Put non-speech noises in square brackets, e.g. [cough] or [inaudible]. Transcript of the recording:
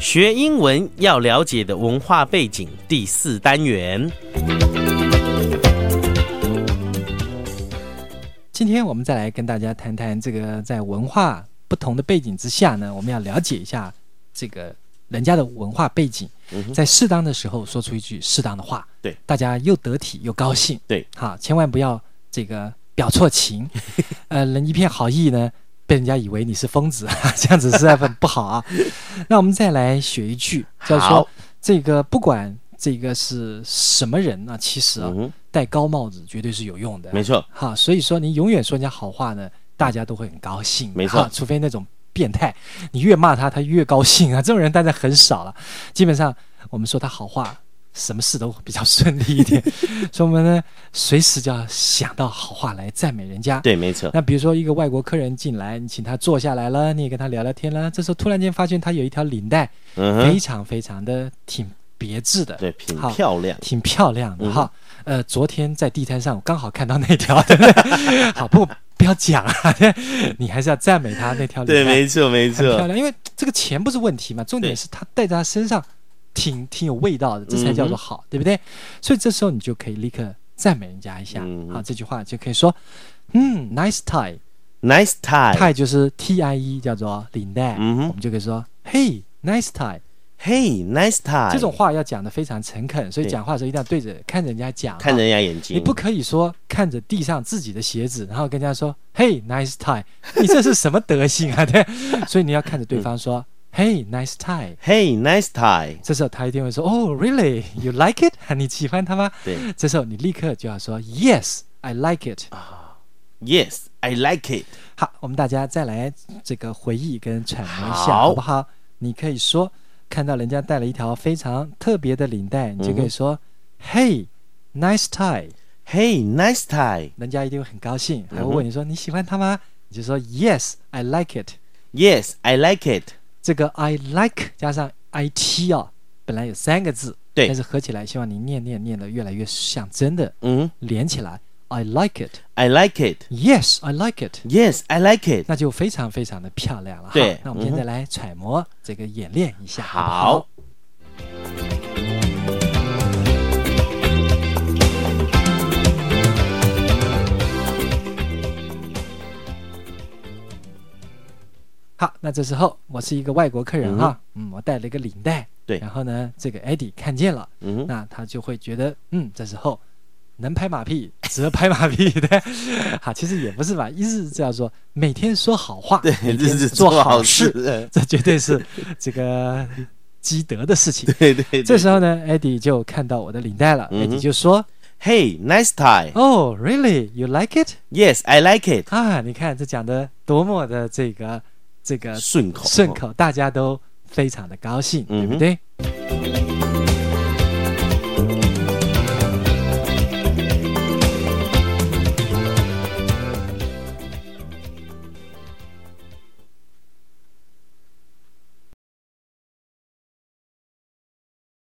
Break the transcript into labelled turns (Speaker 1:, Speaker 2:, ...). Speaker 1: 学英文要了解的文化背景第四单元。
Speaker 2: 今天我们再来跟大家谈谈这个在文化不同的背景之下呢，我们要了解一下这个人家的文化背景，
Speaker 1: 嗯哼
Speaker 2: 在适当的时候说出一句适当的话，
Speaker 1: 对，
Speaker 2: 大家又得体又高兴，
Speaker 1: 对，
Speaker 2: 好，千万不要这个表错
Speaker 1: [laughs]
Speaker 2: 情，呃，人一片好意呢，被人家以为你是疯子， [laughs] 这样子实在很不
Speaker 1: [laughs]
Speaker 2: 好啊。那我们再来学一句，叫
Speaker 1: 好
Speaker 2: 说这个不管这个是什么人啊，其实啊
Speaker 1: 嗯，哼，
Speaker 2: 戴高帽子绝对是有用的，
Speaker 1: 没错，
Speaker 2: 哈，所以说你永远说人家好话呢，大家都会很高兴，
Speaker 1: 没错
Speaker 2: 哈除非那种变态，你越骂他，他越高兴啊，这 [laughs] 种人当然很少了。基本上我们说他好话，什么事都比较顺利
Speaker 1: [laughs]
Speaker 2: 一点，所以我们呢，随时就要想到好话来赞美人家。
Speaker 1: 对，没错，
Speaker 2: 那比如说一个外国客人进来，你请他坐下来了，你也跟他聊聊天了，这时候突然间发现他有一条领带，
Speaker 1: 嗯
Speaker 2: 非
Speaker 1: 哼，
Speaker 2: 常非常的挺别致的，
Speaker 1: 对，挺
Speaker 2: 好
Speaker 1: 漂亮，
Speaker 2: 挺漂亮的
Speaker 1: 嗯
Speaker 2: 哈。呃，昨天在地摊上我刚好看到那条，对不对？ [laughs] 好，不不要讲啊， [laughs] 你还是要赞美他那条领
Speaker 1: 对，
Speaker 2: 带
Speaker 1: 没错，没
Speaker 2: 很漂
Speaker 1: 错，
Speaker 2: 亮，因为这个钱不是问题嘛，重点
Speaker 1: 对
Speaker 2: 是他戴在他身上挺挺有味道的，这才叫
Speaker 1: 嗯
Speaker 2: 做
Speaker 1: 哼
Speaker 2: 好，对不对？所以这时候你就可以立刻赞美人家一下，
Speaker 1: 嗯哼
Speaker 2: 好，这句话就可以说，嗯，nice tie，tie
Speaker 1: ，nice tie，
Speaker 2: 就是 T I E 叫做领带，
Speaker 1: 嗯
Speaker 2: 我
Speaker 1: 哼
Speaker 2: 们就可以说，Hey。Nice tie，
Speaker 1: ，Hey，nice tie，
Speaker 2: 这种话要讲的非常诚恳，所以
Speaker 1: 对
Speaker 2: 讲话的时候一定要对着看人家讲啊，
Speaker 1: 看人家眼睛，
Speaker 2: 你不可以说看着地上自己的鞋子，然后跟人家说 “Hey, nice tie”，你这是什么德行啊？ [laughs] 对，所以你要看着对方说 “Hey, nice tie”。
Speaker 1: ，Hey，nice tie，
Speaker 2: 这时候他一定会说：“Oh, really? You like it？你喜欢它吗
Speaker 1: 对？”
Speaker 2: 这时候你立刻就要说：“Yes, I like it。
Speaker 1: ，Yes，I like it，”
Speaker 2: 好，我们大家再来这个回忆跟揣摩一下，
Speaker 1: 好
Speaker 2: 好不好？你可以说，看到人家带了一条非常特别的领带，你就可以说、Hey, nice tie。”
Speaker 1: ，Hey，nice tie，
Speaker 2: 人家一定会很高兴，还会
Speaker 1: 嗯哼
Speaker 2: 问你说、你喜欢它吗？你就说 Yes, I like it。
Speaker 1: Yes, I like it。
Speaker 2: 这个 I like 加上 I T 啊、本来有三个字，
Speaker 1: 对
Speaker 2: 但是合起来，希望你念念念的越来越像真的
Speaker 1: 嗯
Speaker 2: 连起来。I like it,
Speaker 1: ，I like it。
Speaker 2: Yes, I like it，
Speaker 1: Yes, I like it。
Speaker 2: 那就非常非常的漂亮了哈。
Speaker 1: 对嗯
Speaker 2: 那我们现在来揣摩这个演练一下，好不
Speaker 1: 好
Speaker 2: 好。好，那这时候我是一个外国客人哈，嗯，我带了一个领带，
Speaker 1: 对
Speaker 2: 然后呢，这个 Eddie 看见了，
Speaker 1: 嗯哼，
Speaker 2: 那他就会觉得，嗯，这时候能拍马屁则拍马屁
Speaker 1: [laughs]
Speaker 2: 对，好，其实也不是吧，一是叫做每天说好话，
Speaker 1: 对，
Speaker 2: 每
Speaker 1: 这
Speaker 2: 天
Speaker 1: 是
Speaker 2: 做
Speaker 1: 好
Speaker 2: 好事， [laughs]
Speaker 1: 事。
Speaker 2: 这绝对是这个积德的事情。
Speaker 1: [laughs] 对对对。
Speaker 2: 这时候呢，Eddie 就看到我的领带了、e
Speaker 1: 嗯
Speaker 2: d d
Speaker 1: 哼
Speaker 2: i e 就说
Speaker 1: Hey, nice tie.
Speaker 2: ：“Oh, really? You like it？”
Speaker 1: Yes, I like it。
Speaker 2: 啊，你看这讲的多么的这个这个
Speaker 1: 顺口，
Speaker 2: 顺。口，大家都非常的高兴，对
Speaker 1: 嗯
Speaker 2: 不
Speaker 1: 哼
Speaker 2: 对？